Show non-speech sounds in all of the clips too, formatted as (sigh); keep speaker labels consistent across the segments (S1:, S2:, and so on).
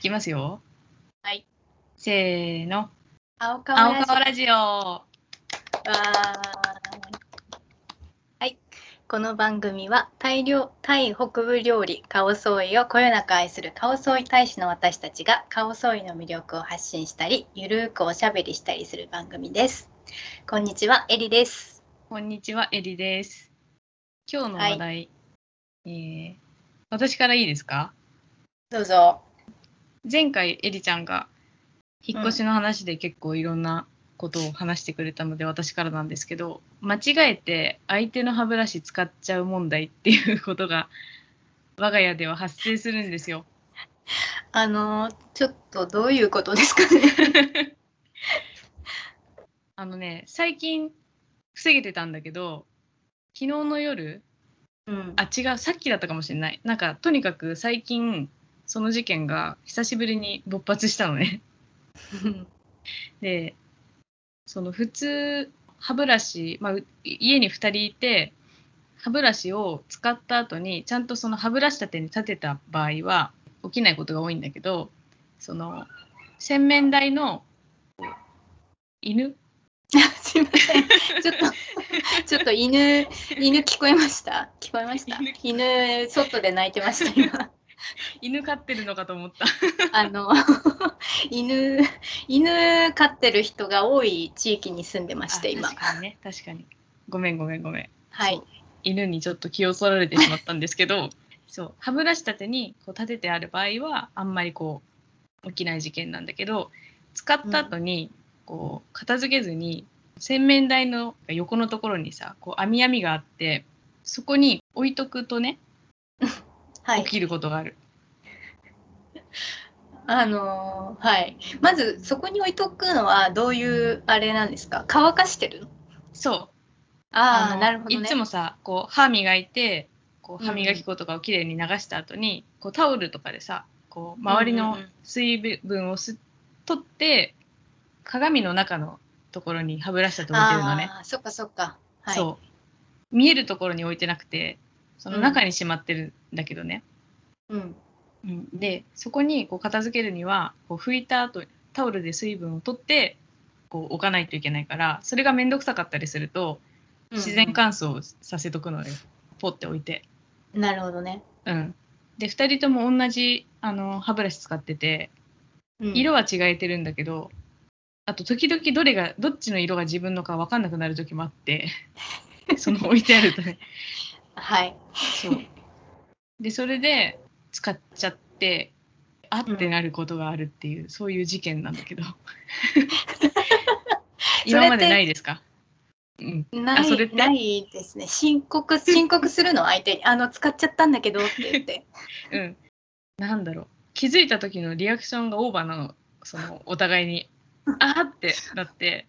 S1: きますよ。
S2: はい。
S1: せーの。
S2: 青顔
S1: 青
S2: ラジ
S1: 顔ラジオ。
S2: オははい。この番組はタイ料タイ北部料理カオソーイをこよなく愛するカオソーイ大使の私たちがカオソーイの魅力を発信したり、ゆるーくおしゃべりしたりする番組です。こんにちは、エリです。
S1: こんにちは、エリです。今日の話題、えー私からいいですか
S2: どうぞ。
S1: 前回、エリちゃんが引っ越しの話で結構いろんなことを話してくれたので、私からなんですけど、間違えて相手の歯ブラシ使っちゃう問題っていうことが、我が家では発生するんですよ。
S2: あのー、ちょっとどういうことです (laughs) かね。
S1: あのね、最近防げてたんだけど、昨日の夜、
S2: うん
S1: あ、
S2: (laughs)
S1: 違う、さっきだったかもしれない。なんか、とにかく最近、その事件が久しぶりに勃発したのね。 (laughs) で、その普通、歯ブラシ、まあ、う家に2人いて、歯ブラシを使った後に、ちゃんとその歯ブラシ立てに立てた場合は、起きないことが多いんだけど、その、洗面台のこう犬
S2: すいません。ちょっと、 (laughs) ちょっと犬、犬聞こえました。聞こえました。犬、外で泣いてました、今。
S1: 犬飼ってるのかと思った。
S2: あの、 (laughs) 犬、犬飼ってる人が多い地域に住んでまして、今
S1: あ。確かにね、確かに。ごめんごめんごめん。
S2: はい。
S1: 犬にちょっと気をそられてしまったんですけど (laughs) そう歯ブラシ立てにこう立ててある場合はあんまりこう起きない事件なんだけど使った後にこう片付けずに洗面台の横のところにさこう網網があってそこに置いとくとね
S2: は
S1: 起
S2: い。
S1: きることがある、
S2: あのーはい。まず、そこに置いとくのは、どういう、あれなんですか乾かしてるの
S1: そう
S2: ああ、
S1: の
S2: なるほど
S1: い
S2: ね
S1: つ。もさこう歯磨いてこう
S2: うん
S1: 歯
S2: うん
S1: 磨き粉とかをきれいに流した後に、こうタオルとかでさこう周り
S2: うん
S1: の
S2: うんうん
S1: 水分を吸っ取って鏡の中のところに歯ブラシだと置いてるのね、
S2: ああ、そっかそっか。はい。
S1: そう見えるところに置いてなくてその中にしまってるんだけどね、
S2: うん。
S1: うんでそこにこう片付けるにはこう拭いた後タオルで水分を取ってこう置かないといけないからそれが面倒くさかったりすると自然乾燥させとくのよ、ポッて置いて、
S2: うん。なるほどね。
S1: うん、で2人とも同じあの歯ブラシ使ってて
S2: うん
S1: 色は違えてるんだけど、あと時々どれがどっちの色が自分のか分かんなくなる時もあって (laughs) その置いてあると (laughs) ね
S2: はい。
S1: そうでそれで使っちゃってあってなることがあるっていう、そういう事件なんだけど (laughs) 今までないですかうん
S2: な
S1: あそれっ
S2: い
S1: て
S2: ないですね申告申告するの相手にあの使っちゃったんだけどって言って
S1: (laughs) うん、なんだろう気づいた時のリアクションがオーバーなのそ
S2: (laughs)
S1: のお互いに「あーってなって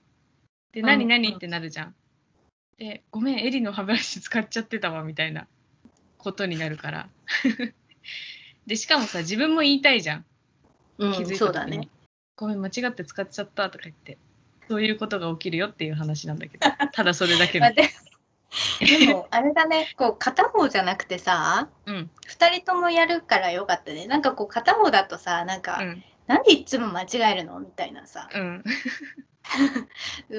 S1: で「
S2: うん
S1: 何何?」ってなるじゃん。で「ごめんエリの歯ブラシ使っちゃってたわ」みたいなことになるから (laughs) でしかもさ自分も言いたいじゃん
S2: う
S1: 気づいた時に、
S2: んそうだね
S1: ごめん間違って使っちゃった」とか言ってそういうことが起きるよっていう話なんだ
S2: (laughs)
S1: けどただそれだけ
S2: まあ
S1: の。
S2: ででもあれだねこう片方じゃなくてさ
S1: うん
S2: 2人ともやるからよかったねなんかこう片方だとさなんか、
S1: うん
S2: なんでいつも間違えるのみたいなさ
S1: うん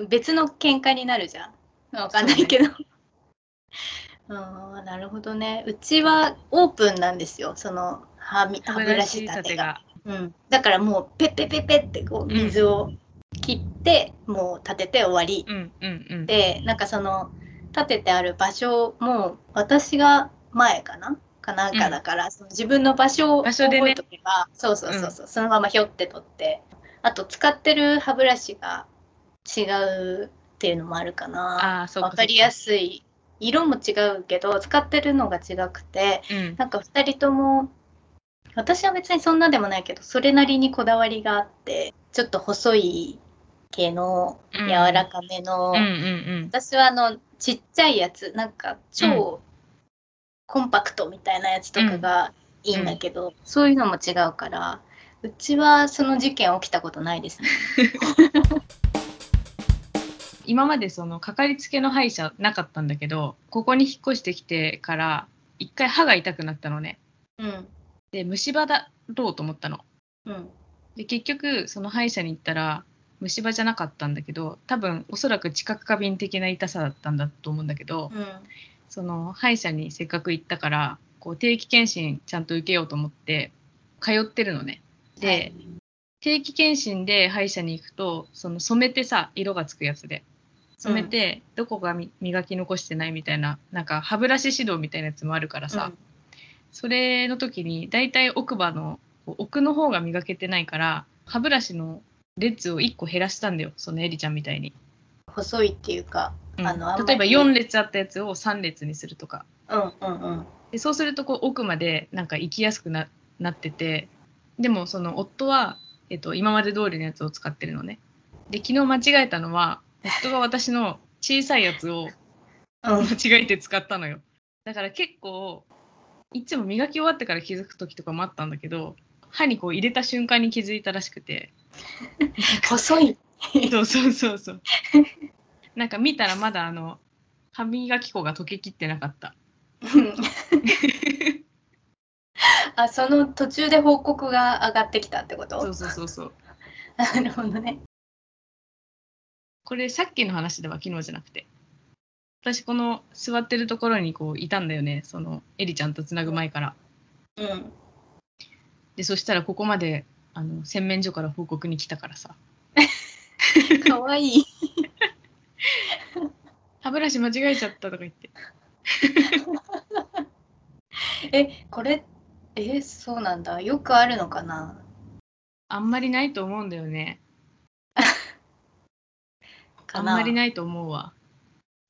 S2: 別の喧嘩になるじゃんわかんないけどう,、んなるほどねうちはオープンなんですよその歯み歯ブラシ立てが。うん、だからもうペッペッペッペッってこう水を切って、もう立てて終わり
S1: うんうんうん
S2: でなんかその立ててある場所も私が前かなかなんかだから、その自分の場所を
S1: 場
S2: 覚
S1: 所でね
S2: えとけば、そうそうそうそう、そのままひょって取ってあと使ってる歯ブラシが違うっていうのもあるか
S1: あ
S2: な
S1: あそう
S2: わかりや
S1: す
S2: すい色も違うけど使ってるのが違くて
S1: い、うん
S2: なんか2人とも私は別にそんなでもないけどそれなりにこだわりがあってちょっと細い毛の
S1: うん
S2: 柔らかめの、
S1: うんうんうん、
S2: 私はあのちっちゃいやつなんか超コンパクトみたいなやつとかがいいんだけど、そういうのも違うからうちはその事件起きたことないですね。
S1: 今までそのかかりつけの歯医者なかったんだけどここに引っ越してきてから一回歯が痛くなったのね
S2: うん
S1: で虫歯だろうと思ったの
S2: うん。
S1: で結局その歯医者に行ったら虫歯じゃなかったんだけど多分おそらく知覚過敏的な痛さだったんだと思うんだけど、
S2: うん。
S1: その歯医者にせっかく行ったからこう定期検診ちゃんと受けようと思って通ってるのね。で、
S2: はい
S1: 定期検診で歯医者に行くとその染めてさ色がつくやつで染めて、どこがみ磨き残してないみたいななんか歯ブラシ指導みたいなやつもあるからさ、それの時に大体奥歯のこう奥の方が磨けてないから歯ブラシの列を1個減らしたんだよそのエリちゃんみたいに、
S2: うん細いっていうか、
S1: うん
S2: あのあんまり
S1: 例えば4列あったやつを3列にするとか
S2: うんうんうん。
S1: でそうするとこう奥までなんか行きやすくななっててでもその夫は、えっと、今まで通りのやつを使ってるのねで昨日間違えたのは夫が私の小さいやつを
S2: うん、
S1: 間違えて使ったのよだから結構いつも磨き終わってから気づく時とかもあったんだけど歯にこう入れた瞬間に気づいたらしくて
S2: 細い。
S1: そうそうそうそうなんか見たらまだあの歯磨き粉が溶けきってなかった
S2: うん (laughs) あその途中で報告が上がってきたってこ
S1: そう
S2: と
S1: そうそうそう
S2: なるほどね。
S1: これさっきの話では昨日じゃなくて私この座ってるところにこういたんだよねそのエリちゃんとつなぐ前から
S2: うん。
S1: でそしたらここまであの洗面所から報告に来たからさ
S2: かわいい。
S1: 歯ブラシ間違えちゃったとか言って
S2: (laughs) え、これ、え、そうなんだ。よくあるのかな
S1: あんまりないと思うんだよねあ
S2: か
S1: ん
S2: な
S1: まりないと思うわ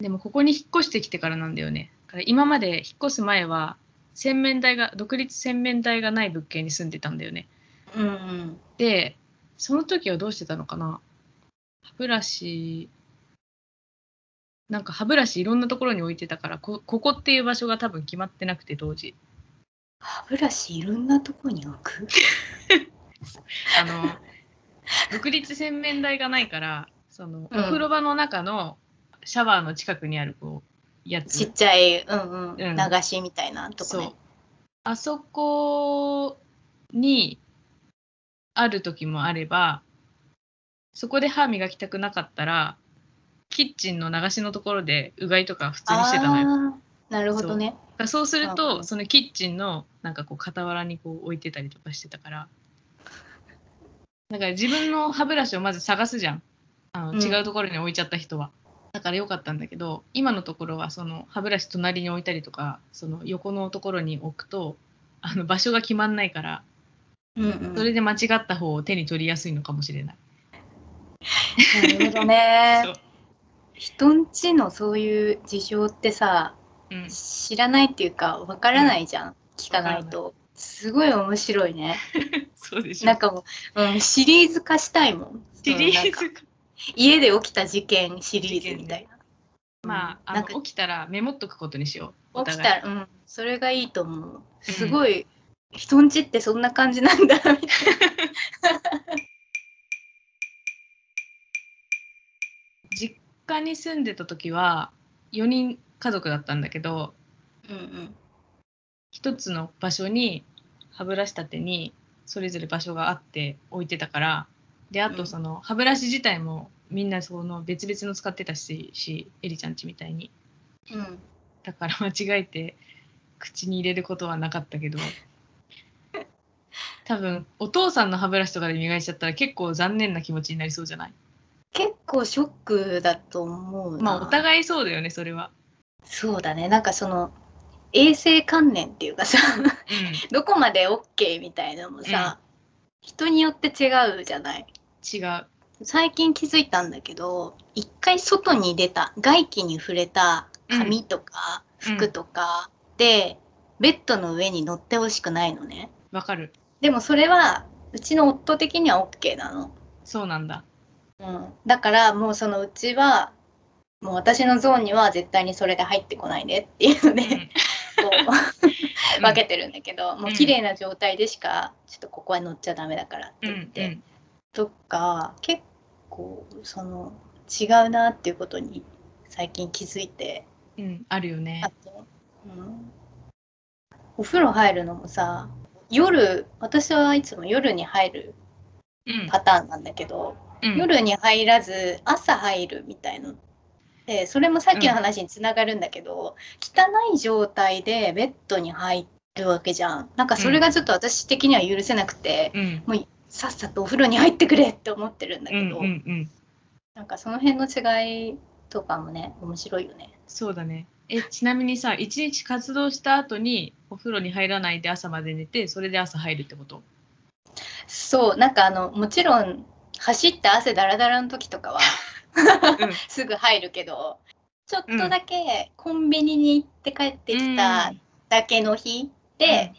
S1: でもここに引っ越してきてからなんだよねだから今まで引っ越す前は洗面台が独立洗面台がない物件に住んでたんだよね
S2: うんうん。
S1: でその時はどうしてたのかな歯ブラシなんか歯ブラシいろんなところに置いてたからこここっていう場所が多分決まってなくて当時
S2: 歯ブラシいろんなとこに置く
S1: あ
S2: (laughs)
S1: の独立洗面台がないからそのお
S2: うん
S1: 風呂場の中のシャワーの近くにあるこうやつ、
S2: (laughs) ちっちゃい、うんうん、
S1: うん
S2: 流しみたいなとこ
S1: そ
S2: ね
S1: う。あそこにある時もあればそこで歯磨きたくなかったらキッチンの流しのところでうがいとか普通にしてたのよだか
S2: あーなるほどね。
S1: らそうする
S2: う
S1: と
S2: ん
S1: そのキッチンのなんかこう傍らにこう置いてたりとかしてたからだから自分の歯ブラシをまず探すじゃんあの
S2: うん
S1: 違うところに置いちゃった人は、だから良かったんだけど今のところはその歯ブラシ隣に置いたりとかその横のところに置くとあの場所が決まんないから
S2: うんうん、
S1: それで間違った方を手に取りやすいのかもしれない。
S2: なるほど
S1: (laughs)
S2: ね
S1: そう。
S2: 人んちのそういう事情ってさ、
S1: うん、
S2: 知らないっていうかわからないじゃん、聞かないとすごい面白いね
S1: そうでし
S2: なん
S1: ょ。
S2: かもう、うん、シリーズ化したいもん
S1: シリ
S2: うんなん
S1: ー
S2: か
S1: ズか
S2: 家で起きた事件シリーズみたいな、
S1: まあ
S2: な
S1: あ
S2: んか
S1: の起きたらメモっとくことにしよう。お
S2: 起き
S1: 互い
S2: たらうんそれがいいと思うすごい、人んちってそんな感じなんだみたいな
S1: 実家に住んでた時は4人家族だったんだけど
S2: うんうん
S1: 一つの場所に歯ブラシ立てにそれぞれ場所があって置いてたからであ
S2: う
S1: と
S2: ん
S1: その歯ブラシ自体もみんなその別々の使ってたししエリちゃんちみたいに
S2: うん
S1: だから間違えて口に入れることはなかったけど多分お父さんの歯ブラシとかで磨いちゃったら結構残念な気持ちになりそうじゃない
S2: 結構ショックだと思うな
S1: まあお互いそうだよねそれは。
S2: そうだねなんかその衛生観念っていうかさ (laughs)
S1: うん
S2: どこまで OK みたいなのもさ、人によって違うじゃない
S1: 違う。
S2: 最近気づいたんだけど一回外に出た外気に触れた髪とか
S1: うん
S2: 服とかで、ベッドの上に乗ってほしくないのね
S1: わかる。
S2: でもそれはうちの夫的には OK なの、
S1: そうなんだ。
S2: うん、だからもうそのうちはもう私のゾーンには絶対にそれで入ってこないでっていうので、こう
S1: うん
S2: 分けてるんだけど、もううん綺麗な状態でしかちょっとここは乗っちゃダメだからって言って、
S1: うんうん
S2: とか結構その違うなっていうことに最近気づいて
S1: うん、あるよね
S2: あ。と、うん、お風呂入るのもさ夜私はいつも夜に入る
S1: うん
S2: パターンなんだけど、
S1: うん
S2: 夜に入らず朝入るみたいなでそれもさっきの話につながるんだけど、汚い状態でベッドに入るわけじゃんなんかそれがちょっと私的には許せなくて、
S1: うん
S2: さっさとお風呂に入ってくれって思ってるんだ
S1: うん
S2: けど、
S1: うんうん
S2: なんかその辺の違いとかもね面白いよね。
S1: そうだねえちなみにさ一日活動した後にお風呂に入らないで朝まで寝てそれで朝入るってこと
S2: そうなんかあのもちろん走って汗だらだらの時と
S1: (laughs)
S2: かはすぐ入るけどちょっとだけコンビニに行って帰ってきただけの日で、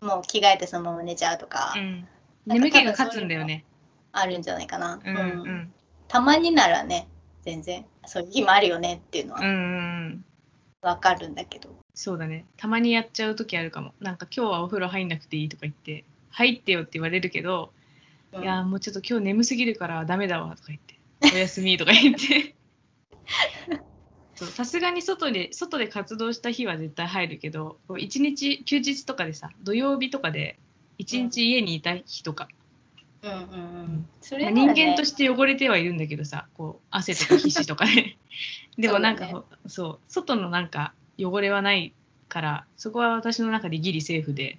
S2: もう着替えてそのまま寝ちゃうとか
S1: うんうん
S2: なんか
S1: 眠気が勝つんだよね
S2: あるんじゃないかな、
S1: うんうん
S2: たまにならね全然そういう日もあるよねっていうの
S1: うんう
S2: は
S1: んうん
S2: わかるんだけど、
S1: そうだねたまにやっちゃう時あるかもなんか今日はお風呂入んなくていいとか言って入ってよって言われるけど、
S2: うん
S1: いやーもうちょっと今日眠すぎるからダメだわとか言っておやすみとか言って
S2: (laughs)
S1: そうさすがに外で外で活動した日は絶対入るけどこう一日休日とかでさ土曜日とかで一日家にいた日とか、
S2: うんうんうん
S1: ん
S2: そ
S1: ま
S2: れ
S1: あ
S2: ならね
S1: 人間として汚れてはいるんだけどさこう汗とか皮脂とかで
S2: (laughs)
S1: でもなんか
S2: そうだ
S1: そう,、外のなんか汚れはないからそこは私の中でギリセーフで、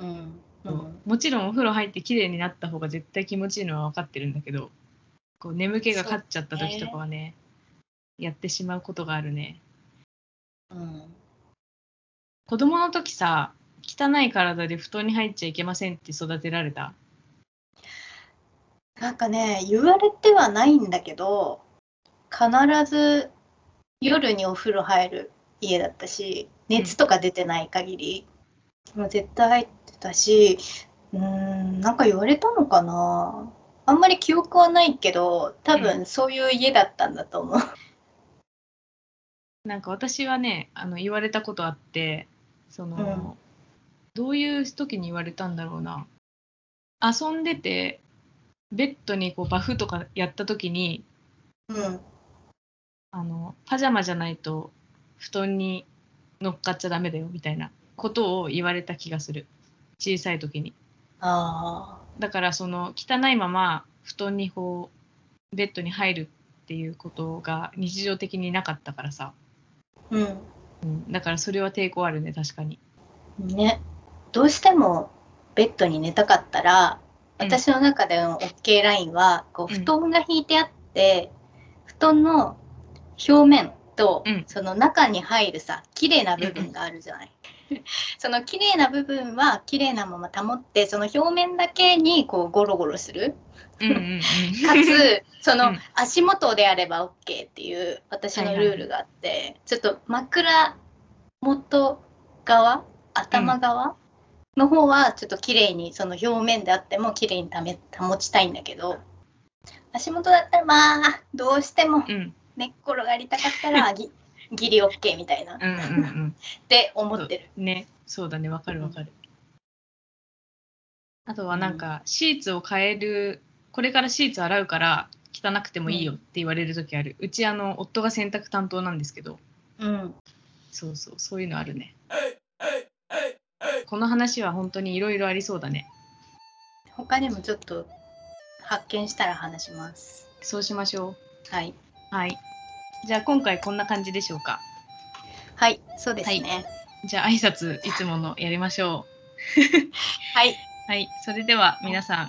S2: うんう
S1: こうんもちろんお風呂入って綺麗になった方が絶対気持ちいいのは分かってるんだけどこう眠気が勝っちゃった時とかはねやってしまうことがあるね
S2: うん
S1: 子供の時さ汚い体で布団に入っちゃいけませんって育てられた
S2: なんかね言われてはないんだけど必ず夜にお風呂入る家だったし熱とか出てない限り、もう絶対入ってたしうーんなんか言われたのかなあんまり記憶はないけど多
S1: う
S2: 分そういう家だったんだと思う。
S1: なんか私はねあの言われたことあってその、どういう時に言われたんだろうな遊んでてベッドにこうバフとかやった時に
S2: うん、
S1: あのパジャマじゃないと布団に乗っかっちゃダメだよみたいなことを言われた気がする小さい時に
S2: あ
S1: だからその汚いまま布団にこうベッドに入るっていうことが日常的になかったからさ
S2: ーうん
S1: だからそれは抵抗あるね確かに
S2: ね、どうしてもベッドに寝たかったら、
S1: うん
S2: 私の中での OK ラインはこう
S1: うん
S2: 布団が引いてあって、布団の表面と、
S1: うん
S2: その中に入るさ綺麗な部分があるじゃない。 (laughs) その綺麗な部分は綺麗なまま保ってその表面だけにこうゴロゴロする
S1: うんうんうん
S2: かつそうの
S1: ん
S2: 足元であれば OK っていう私のルールがあって、ちょっと枕元側頭側、の方はちょっと綺麗にその表面であっても綺麗にため保ちたいんだけど足元だったらまあどうしても
S1: うん
S2: 寝っ転がりたかったらぎギリ OK みたいなっ
S1: うんうん
S2: て思ってる。
S1: うん。ね、そうだね、わかるわかる。あとはなんか、シーツを変える、これからシーツ洗うから汚くてもいいよって言われる時ある。うち、あの、夫が洗濯担当なんですけど、
S2: うん、
S1: そうそう、そういうのあるね。この話は本当にいろいろありそうだね。
S2: 他にもちょっと発見したら話します。
S1: そうしましょ
S2: はい、
S1: う。はい。じゃあ今回こんな感じでしょうか。
S2: はい、そうですね。
S1: じゃあ挨拶いつものやりましょ
S2: はい、
S1: う。はい。それでは皆さん、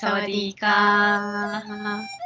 S2: サワディーカー。